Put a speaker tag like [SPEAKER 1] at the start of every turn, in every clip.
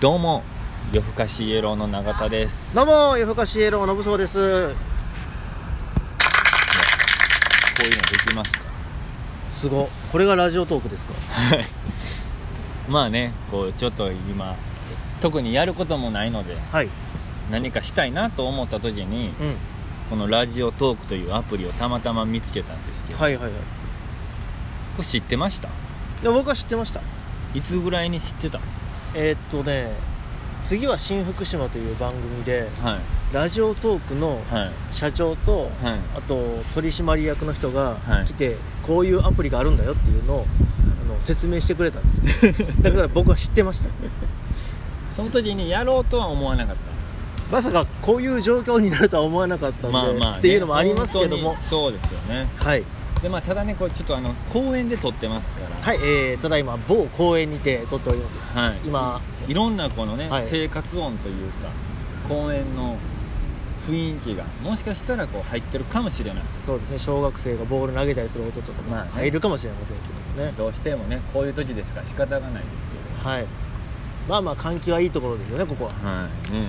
[SPEAKER 1] どうも夜更かしイエローの永田です
[SPEAKER 2] どうも夜更かしイエローのぶそうです
[SPEAKER 1] こういうのできますか
[SPEAKER 2] すごこれがラジオトークですか
[SPEAKER 1] まあねこうちょっと今特にやることもないので
[SPEAKER 2] はい
[SPEAKER 1] 何かしたいなと思った時に
[SPEAKER 2] うん
[SPEAKER 1] このラジオトークというアプリをたまたま見つけたんですけど、
[SPEAKER 2] はいはいはい
[SPEAKER 1] これ知ってました
[SPEAKER 2] で僕は知ってました
[SPEAKER 1] いつぐらいに知ってたんです
[SPEAKER 2] えーっとね次は新福島という番組で
[SPEAKER 1] かはい
[SPEAKER 2] ラジオトークの
[SPEAKER 1] はい
[SPEAKER 2] 社長と、
[SPEAKER 1] はい
[SPEAKER 2] あと取締役の人が
[SPEAKER 1] はい
[SPEAKER 2] 来て、こういうアプリがあるんだよっていうのをあの説明してくれたんですよ だから僕は知ってました
[SPEAKER 1] その時にやろうとは思わなかっ
[SPEAKER 2] まさかこういう状況になるとは思わなかった
[SPEAKER 1] た
[SPEAKER 2] んで、
[SPEAKER 1] まあまあね、
[SPEAKER 2] っていうのもありますけども
[SPEAKER 1] 本当にそうですよね
[SPEAKER 2] はい
[SPEAKER 1] でまあただねこれちょっとあの公園で撮ってますから
[SPEAKER 2] はい、えー、ただいま某公園にて撮っております
[SPEAKER 1] はい、
[SPEAKER 2] 今
[SPEAKER 1] いろんなこのね、
[SPEAKER 2] はい
[SPEAKER 1] 生活音というか公園の雰囲気がもしかしたらこう入ってるかもしれない
[SPEAKER 2] そうですね小学生がボール投げたりする音とかも
[SPEAKER 1] まあね
[SPEAKER 2] 入るかもしれませんけどもね
[SPEAKER 1] どうしてもねこういう時ですから仕方がないですけ
[SPEAKER 2] はいまあまあ換気はいいところですよねここは
[SPEAKER 1] どはいね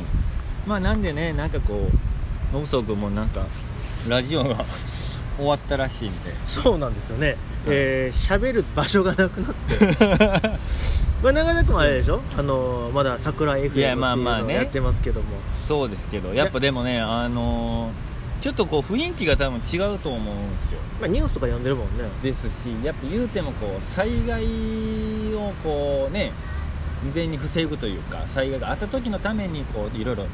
[SPEAKER 1] まあなんでねなんかこう信く君もなんかラジオが 終わったらしいんで
[SPEAKER 2] そうなんですよねえー喋、る場所がなくなって まあ長田君はあれでしょあのーまだ桜 FM って
[SPEAKER 1] い
[SPEAKER 2] い
[SPEAKER 1] や
[SPEAKER 2] う
[SPEAKER 1] まあまあ
[SPEAKER 2] のを
[SPEAKER 1] ね
[SPEAKER 2] やってますけども
[SPEAKER 1] そうですけどやっぱでもねあのーちょっとこう雰囲気が多分違うと思うんですよ
[SPEAKER 2] まあ、ニュースとか読んでるもんね
[SPEAKER 1] ですしやっぱ言うてもこう災害をこうね未然に防ぐというか災害があった時のためにこういろいろ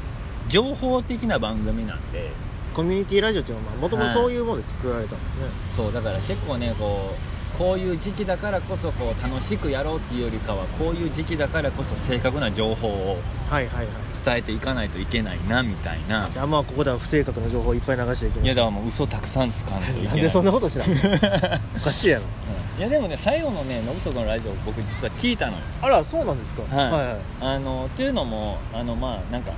[SPEAKER 1] 情報的な番組なんで
[SPEAKER 2] コミュニティラジオっていうのはもともとそういうもので作られたもんね、
[SPEAKER 1] そうだから結構ねこうこういう時期だからこそこう楽しくやろうっていうよりかはこういう時期だからこそ正確な情報を
[SPEAKER 2] はい、はいはい
[SPEAKER 1] 伝えていかないといけないなみたいな
[SPEAKER 2] じゃあまあここでは不正確な情報をいっぱい流していきま
[SPEAKER 1] い
[SPEAKER 2] しょ
[SPEAKER 1] やだ
[SPEAKER 2] う
[SPEAKER 1] からもう嘘たくさんつかんといけな
[SPEAKER 2] ないんでそんなこと しないおかしいやろ
[SPEAKER 1] うんいやでもね最後のね信子のラジオ僕実は聞いたのよ
[SPEAKER 2] あらそうなんですか、
[SPEAKER 1] はい
[SPEAKER 2] はいはい
[SPEAKER 1] あのというのもあのまあなんか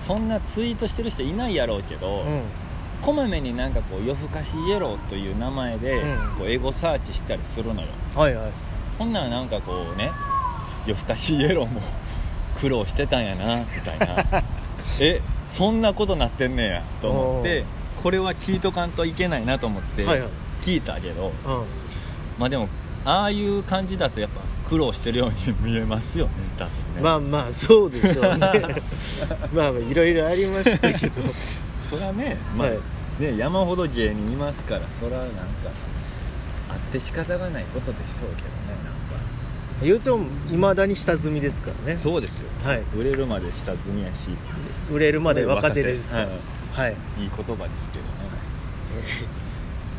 [SPEAKER 1] そんなツイートしてる人いないやろうけど、
[SPEAKER 2] う
[SPEAKER 1] こまめになんかこう夜更かしイエローという名前で、
[SPEAKER 2] うん
[SPEAKER 1] こうエゴサーチしたりするのよ
[SPEAKER 2] んはいはい
[SPEAKER 1] ほんならなんかこうね夜更かしイエローも苦労してたんやなみたい なえそんなことなってんねやと思ってこれは聞いとかんといけないなと思って
[SPEAKER 2] はいはい
[SPEAKER 1] 聞いたけど、
[SPEAKER 2] うん
[SPEAKER 1] まあでもああいう感じだとやっぱ苦労してるように見えますよね多分ね
[SPEAKER 2] まあまあそうでしょ うねまあまあいろいろありましたけど
[SPEAKER 1] そりゃね,、まあ
[SPEAKER 2] はい
[SPEAKER 1] ね山ほど芸人いますからそりゃなんかあって仕方がないことでしょうけどねなん
[SPEAKER 2] 言うてもいまだに下積みですから
[SPEAKER 1] か
[SPEAKER 2] ね
[SPEAKER 1] そうですよ
[SPEAKER 2] はい
[SPEAKER 1] 売れるまで下積みやし
[SPEAKER 2] 売れるまで若手ですから
[SPEAKER 1] は
[SPEAKER 2] はい、
[SPEAKER 1] い、いい言葉ですけどね、まあでも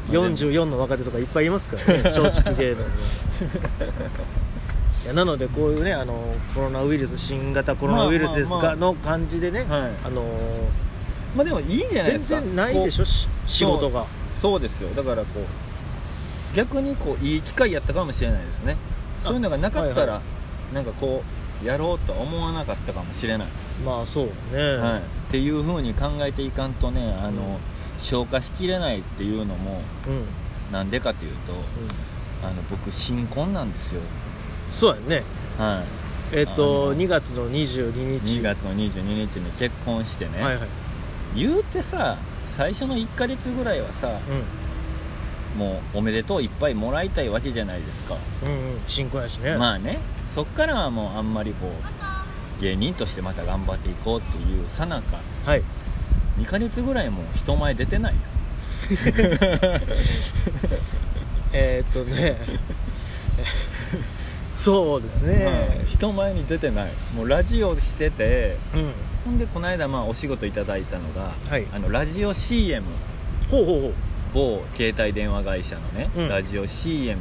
[SPEAKER 2] 44の若手とかいっぱいいますからね 松竹芸能にはいやなのでこういうねあのコロナウイルス新型コロナウイルスですか、
[SPEAKER 1] まあまあまあ
[SPEAKER 2] の感じでね、
[SPEAKER 1] はい
[SPEAKER 2] あの
[SPEAKER 1] まあでもいいんじゃないで
[SPEAKER 2] 全
[SPEAKER 1] すか
[SPEAKER 2] 然ないでし
[SPEAKER 1] ょ
[SPEAKER 2] ょし仕事が
[SPEAKER 1] そうですよだからこう逆にこういい機会やったかもしれないですねそういうのがなかったら、
[SPEAKER 2] はいは
[SPEAKER 1] なんかこうやろうとは思わなかったかもしれない
[SPEAKER 2] まあそうね、
[SPEAKER 1] はい、っていうふうに考えていかんとねあの、
[SPEAKER 2] うん
[SPEAKER 1] 消化しきれないっていうのも
[SPEAKER 2] うん、うん、
[SPEAKER 1] なんでかというとあの僕新婚なんですよ、
[SPEAKER 2] そうやね
[SPEAKER 1] は
[SPEAKER 2] えっ
[SPEAKER 1] あ
[SPEAKER 2] と
[SPEAKER 1] の
[SPEAKER 2] 2月の22
[SPEAKER 1] い、
[SPEAKER 2] 日
[SPEAKER 1] 2月の22日に結婚してね、
[SPEAKER 2] はいはい
[SPEAKER 1] 言うてさ最初の1ヶ月ぐらいはさもうおめでとういっぱいもらいたいわけじゃないですか、
[SPEAKER 2] うんうんうん新婚やしね、
[SPEAKER 1] まあねそっからはもうあんまりこう芸人としてまた頑張っていこうっていうさなか
[SPEAKER 2] はい
[SPEAKER 1] 2ヶ月ぐらいもう人前出て ないよ
[SPEAKER 2] えーっと ねそうです
[SPEAKER 1] まあ
[SPEAKER 2] ね、
[SPEAKER 1] 人前に出てないもうラジオしてて
[SPEAKER 2] うん
[SPEAKER 1] ほんでこの間まあお仕事いただいたのが、
[SPEAKER 2] はい
[SPEAKER 1] あのラジオ CM
[SPEAKER 2] ほうほうほう
[SPEAKER 1] 某携帯電話会社のね、
[SPEAKER 2] うん
[SPEAKER 1] ラジオ CM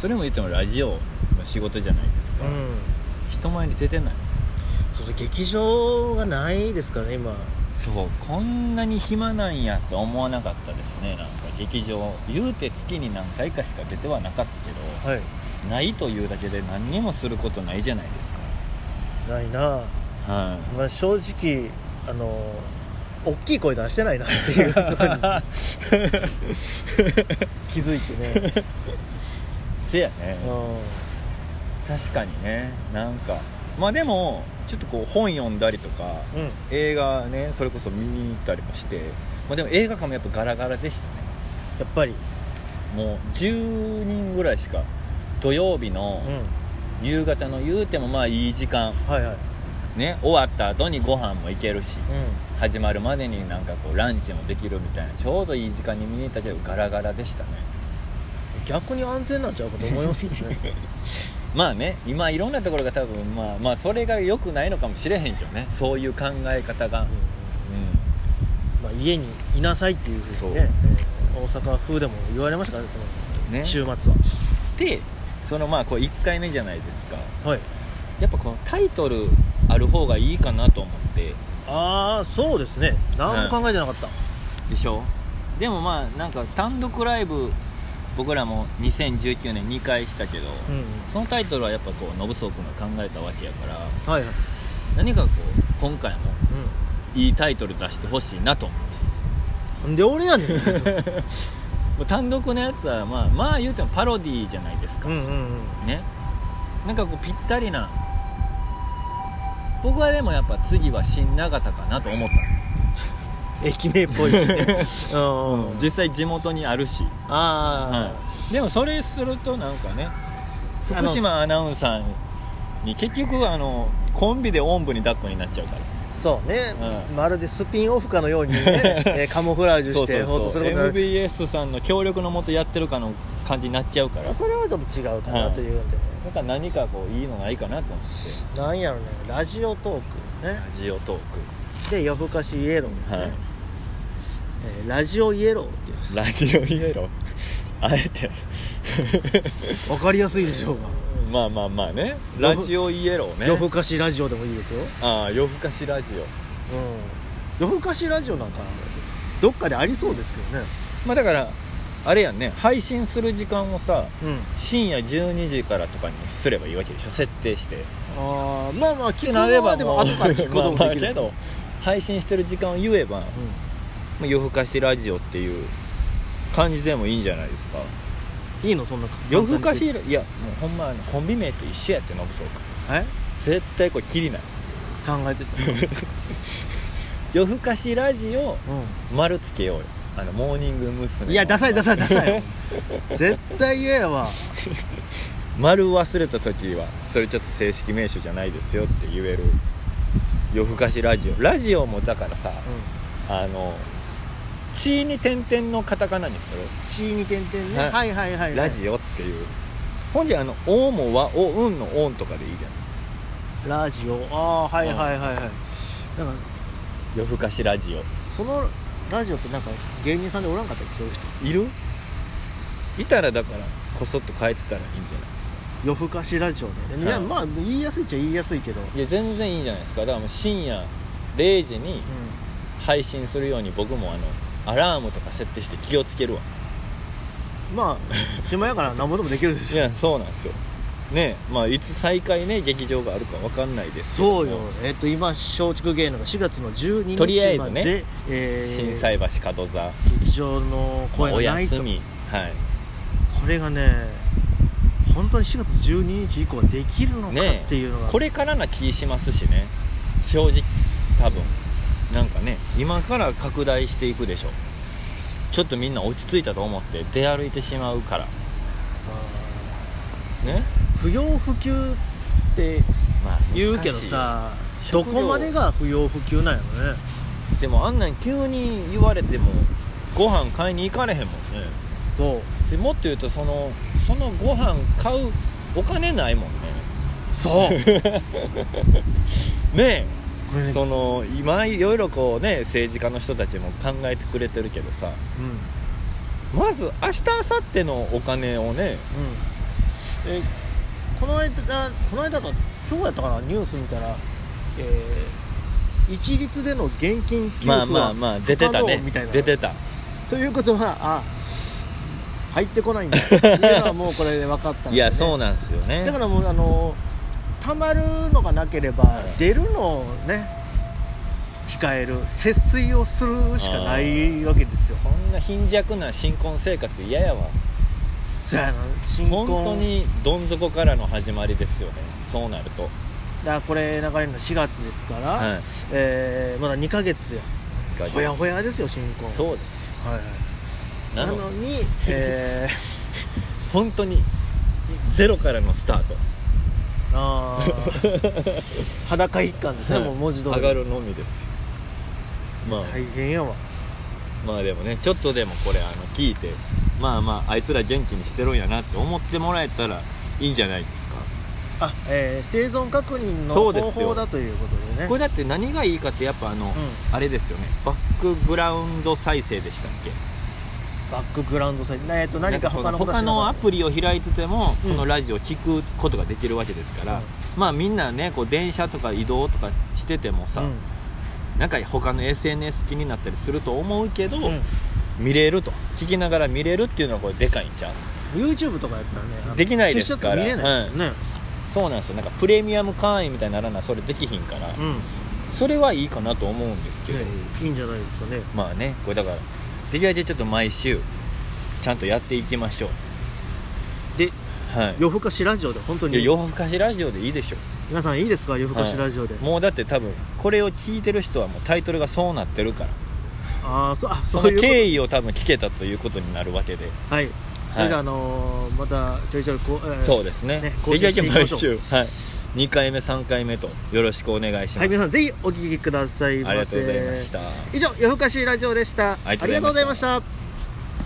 [SPEAKER 1] それも言ってもラジオの仕事じゃないですか、
[SPEAKER 2] うん
[SPEAKER 1] 人前に出てない
[SPEAKER 2] そうそう劇場がないですからね今
[SPEAKER 1] そうこんなに暇なんやと思わなかったですねなんか劇場言うて月に何回かしか出てはなかったけど、
[SPEAKER 2] はい
[SPEAKER 1] ないというだけで何にもすることないじゃないです
[SPEAKER 2] ないな、
[SPEAKER 1] かはい、
[SPEAKER 2] まあ、正直あの大きい声出してないなっていうことに 気づいてね、
[SPEAKER 1] せやね、
[SPEAKER 2] うん
[SPEAKER 1] 確かにねなんかまあでもちょっとこう本読んだりとか
[SPEAKER 2] うん
[SPEAKER 1] 映画ねそれこそ見に行ったりもして、まあ、でも映画館もやっぱガラガラでしたね
[SPEAKER 2] やっぱり
[SPEAKER 1] もう10人ぐらいしか土曜日の
[SPEAKER 2] うん
[SPEAKER 1] 夕方の言うてもまあいい時間
[SPEAKER 2] はいはい
[SPEAKER 1] ね終わった後にご飯も行けるし
[SPEAKER 2] う
[SPEAKER 1] 始まるまでになんかこうランチもできるみたいなちょうどいい時間に見に行ったけどガラガラでしたね
[SPEAKER 2] ん逆に安全なんちゃうかと思います けどね
[SPEAKER 1] まあね今いろんなところが多分まあまあそれが良くないのかもしれへんけどねそういう考え方が
[SPEAKER 2] うんうんまあ家にいなさいっていうふうにねえー大阪風でも言われましたからねその
[SPEAKER 1] うんね
[SPEAKER 2] 週末は
[SPEAKER 1] でそのまあこう1回目じゃないですか
[SPEAKER 2] はい
[SPEAKER 1] やっぱこのタイトルある方がいいかなと思って
[SPEAKER 2] ああそうですね何も考えてなかった、
[SPEAKER 1] でしょでもまあなんか単独ライブ僕らも2019年2回したけど、
[SPEAKER 2] うん
[SPEAKER 1] そのタイトルはやっぱこう信宗君が考えたわけやから
[SPEAKER 2] はいはい、
[SPEAKER 1] 何かこう今回もいいタイトル出してほしいなと思って
[SPEAKER 2] うん、で 俺やねんう
[SPEAKER 1] もう単独のやつはまあまあ言うてもパロディーじゃないですか、
[SPEAKER 2] んうんうん
[SPEAKER 1] ねなんかこうぴったりな僕はでもやっぱ次は新長田かなと思っ
[SPEAKER 2] 駅名っぽい し、ね、う
[SPEAKER 1] た、
[SPEAKER 2] ん、
[SPEAKER 1] 実際地元にあるし、は
[SPEAKER 2] あ
[SPEAKER 1] い、でもそれするとなんかね
[SPEAKER 2] あの
[SPEAKER 1] 福島アナウンサーに結局あのコンビでおんぶに抱っこになっちゃうから
[SPEAKER 2] あ、そうね、
[SPEAKER 1] うん
[SPEAKER 2] まるでスピンオフかのように ねえーカモフラージュして放送することになる
[SPEAKER 1] MBS さんの協力のもとやってるかの感じになっちゃうからだか
[SPEAKER 2] それはちょっと違うかなというんでね、
[SPEAKER 1] ら何かこういいのないかなと思って
[SPEAKER 2] なんやろねラジオトークね
[SPEAKER 1] ラジオトー
[SPEAKER 2] で夜更かしイエローです
[SPEAKER 1] ク
[SPEAKER 2] ね、
[SPEAKER 1] はい
[SPEAKER 2] えーラジオイエローってい
[SPEAKER 1] ラジオイエローあえて
[SPEAKER 2] うわかりやすいでしょうが、
[SPEAKER 1] まあまあまあねラジオイエローね
[SPEAKER 2] 夜更かしラジオでもいいですよ、うん、
[SPEAKER 1] ああ夜更かしラジオ
[SPEAKER 2] 夜更かしラジオなんかどっかでありそうですけどね
[SPEAKER 1] まあだからあれやんね配信する時間をさ
[SPEAKER 2] うん
[SPEAKER 1] 深夜12時からとかにすればいいわけでしょ設定して
[SPEAKER 2] あーまあまあ聞
[SPEAKER 1] って
[SPEAKER 2] くの
[SPEAKER 1] なれば
[SPEAKER 2] はでも後から聞くことも
[SPEAKER 1] まあまあ
[SPEAKER 2] できる
[SPEAKER 1] けど配信してる時間を言えば、まあ夜更かしラジオっていう感じでもいいんじゃないですか
[SPEAKER 2] うんいいのそんな
[SPEAKER 1] 夜更かし
[SPEAKER 2] え
[SPEAKER 1] いやもうほんまあのコンビ名と一緒やってノブソウ君絶対これきりない
[SPEAKER 2] 考えてた、
[SPEAKER 1] 夜更かしラジオ
[SPEAKER 2] う
[SPEAKER 1] 丸つけようよあのモーニング娘。の
[SPEAKER 2] いやダサいダサいダサ い絶対嫌やわ
[SPEAKER 1] 丸忘れた時はそれちょっと正式名称じゃないですよって言える夜更かしラジオラジオもだからさ、あの「ち」に点々のカタカナにする
[SPEAKER 2] 血に点々ね、
[SPEAKER 1] は
[SPEAKER 2] はいい、はいはいはい
[SPEAKER 1] ラジオっていうほんじゃあの「お」も「わ」「お」「うん」の「おん」とかでいいじゃん
[SPEAKER 2] ラジオああはいはいはいはいなんか
[SPEAKER 1] 夜更かしラジオ
[SPEAKER 2] そのラジオってなんか芸人さんでおらんかったっけそういう人
[SPEAKER 1] いるいたらだからこそっと変えてたらいいんじゃないですか
[SPEAKER 2] 夜更かしラジオねいや、
[SPEAKER 1] はい
[SPEAKER 2] まあ言いやすいっちゃ言いやすいけど、
[SPEAKER 1] いや全然いいじゃないですかだからもう深夜0時に配信するように僕もあのアラームとか設定して気をつけるわ
[SPEAKER 2] まあ 暇やから何ぼでもできるで
[SPEAKER 1] い
[SPEAKER 2] しょ
[SPEAKER 1] やそうなんですよねまあいつ再開ね劇場があるかわかんないですけども
[SPEAKER 2] そうよえっ、と今松竹芸能が4月の12日まで
[SPEAKER 1] とりあえずね
[SPEAKER 2] え
[SPEAKER 1] 心
[SPEAKER 2] ー
[SPEAKER 1] 斎橋門座、
[SPEAKER 2] 劇場の公演
[SPEAKER 1] お
[SPEAKER 2] がない
[SPEAKER 1] 休
[SPEAKER 2] とこ
[SPEAKER 1] みはい
[SPEAKER 2] れがね本当に4月12日以降はできるのか
[SPEAKER 1] ね
[SPEAKER 2] っていうのが、
[SPEAKER 1] これからな気しますしね正直多分なんかね今から拡大していくでしょちょっとみんな落ち着いたと思って出歩いてしまうから
[SPEAKER 2] あ
[SPEAKER 1] ね
[SPEAKER 2] ー不要不急って
[SPEAKER 1] まあ
[SPEAKER 2] 言うけどさど
[SPEAKER 1] 難しい
[SPEAKER 2] こまでが不要不急なんやろね
[SPEAKER 1] でもあんなん急に言われてもご飯買いに行かれへんもんね
[SPEAKER 2] そう
[SPEAKER 1] でもっと言うとそのそのご飯買うお金ないもんね
[SPEAKER 2] そう
[SPEAKER 1] ね
[SPEAKER 2] これ
[SPEAKER 1] え
[SPEAKER 2] ね
[SPEAKER 1] その今いろいろこうね政治家の人たちも考えてくれてるけどさ
[SPEAKER 2] うんうん
[SPEAKER 1] まず明日明後日のお金をね
[SPEAKER 2] えこの間この間か今日やったかなニュース見たら、えー一律での現金給付
[SPEAKER 1] ま
[SPEAKER 2] は
[SPEAKER 1] あまあまあ出てた
[SPEAKER 2] 不可
[SPEAKER 1] ね
[SPEAKER 2] 能みたいな
[SPEAKER 1] 出てた
[SPEAKER 2] ということはあ入ってこな いんだっていうのはもうこれで分かったんで、ね、
[SPEAKER 1] いやそうなんですよね
[SPEAKER 2] だからもうあのたまるのがなければ出るのをね控える節水をするしかないわけですよ
[SPEAKER 1] そんな貧弱な新婚生活嫌やわ
[SPEAKER 2] そうやな新婚
[SPEAKER 1] 本当にどん底からの始まりですよねそうなると
[SPEAKER 2] だからこれ流れるの4月ですから、
[SPEAKER 1] はい
[SPEAKER 2] えーまだ2ヶ月や
[SPEAKER 1] いかがです
[SPEAKER 2] ほやほやですよ新婚
[SPEAKER 1] そうですよ
[SPEAKER 2] はいはい、
[SPEAKER 1] な
[SPEAKER 2] な
[SPEAKER 1] の
[SPEAKER 2] のに、え
[SPEAKER 1] 本当にゼロからのスタート
[SPEAKER 2] ー、あ ー裸一貫ですね、もう文字通り
[SPEAKER 1] 上がるのみですよまあ
[SPEAKER 2] 大変やわ
[SPEAKER 1] まあでもねちょっとでもこれあの聞いてまあまああいつら元気にしてるんやなって思ってもらえたらいいんじゃないですか
[SPEAKER 2] あ、えー、生存確認の
[SPEAKER 1] そう
[SPEAKER 2] 方
[SPEAKER 1] ですよ
[SPEAKER 2] 法だということでね
[SPEAKER 1] これだって何がいいかってやっぱあの、
[SPEAKER 2] う
[SPEAKER 1] あれですよねバックグラウンド再生でしたっけ
[SPEAKER 2] バックグラウンドサイト、えー、と何か他の
[SPEAKER 1] なんそ他のアプ
[SPEAKER 2] リ
[SPEAKER 1] リを開いてても、
[SPEAKER 2] うん
[SPEAKER 1] このラジオを聞くことができるわけですから、
[SPEAKER 2] うん
[SPEAKER 1] まあみんなねこう電車とか移動とかしててもさ、なんか他の SNS 気になったりすると思うけど、見れると聞きながら見れるっていうのはこれでかいんちゃう
[SPEAKER 2] YouTube とかやったらねあの
[SPEAKER 1] できないですから
[SPEAKER 2] 消しちゃったら見れないで
[SPEAKER 1] そうなんですよなんかプレミアム会員みたいにならなそれできひんから、
[SPEAKER 2] すよね
[SPEAKER 1] それはいいかなと思うんですけ
[SPEAKER 2] うん、
[SPEAKER 1] ど、
[SPEAKER 2] いいんじゃないですかね
[SPEAKER 1] まあねこれだからできるだけちょっと毎週ちゃんとやっていきましょう
[SPEAKER 2] で
[SPEAKER 1] はい
[SPEAKER 2] 夜更かしラジオで本当
[SPEAKER 1] いや
[SPEAKER 2] に
[SPEAKER 1] 夜更かしラジオでいいでしょ
[SPEAKER 2] 皆さんいいですか夜更かしラジオで、
[SPEAKER 1] もうだって多分これを聞いてる人はもうタイトルがそうなってるから
[SPEAKER 2] ああそうあ
[SPEAKER 1] そ
[SPEAKER 2] そう
[SPEAKER 1] の
[SPEAKER 2] いうこと
[SPEAKER 1] 経緯を多分聞けたということになるわけで
[SPEAKER 2] はい、それであのーまたちょいちょいこう、えー
[SPEAKER 1] そうですね
[SPEAKER 2] ね更
[SPEAKER 1] できるだけ
[SPEAKER 2] 新していきま
[SPEAKER 1] 毎
[SPEAKER 2] しょう
[SPEAKER 1] 週、はい、2回目3回目とよろしくお願いしま
[SPEAKER 2] は
[SPEAKER 1] す、
[SPEAKER 2] い皆さんぜひお聞きくださいませ
[SPEAKER 1] ありがとうございました
[SPEAKER 2] 以上夜更かしラジオでした
[SPEAKER 1] ありが
[SPEAKER 2] あ
[SPEAKER 1] と
[SPEAKER 2] り
[SPEAKER 1] う
[SPEAKER 2] がとう
[SPEAKER 1] ご
[SPEAKER 2] ご
[SPEAKER 1] ざ
[SPEAKER 2] ざ
[SPEAKER 1] い
[SPEAKER 2] い
[SPEAKER 1] ま
[SPEAKER 2] ま
[SPEAKER 1] し
[SPEAKER 2] したた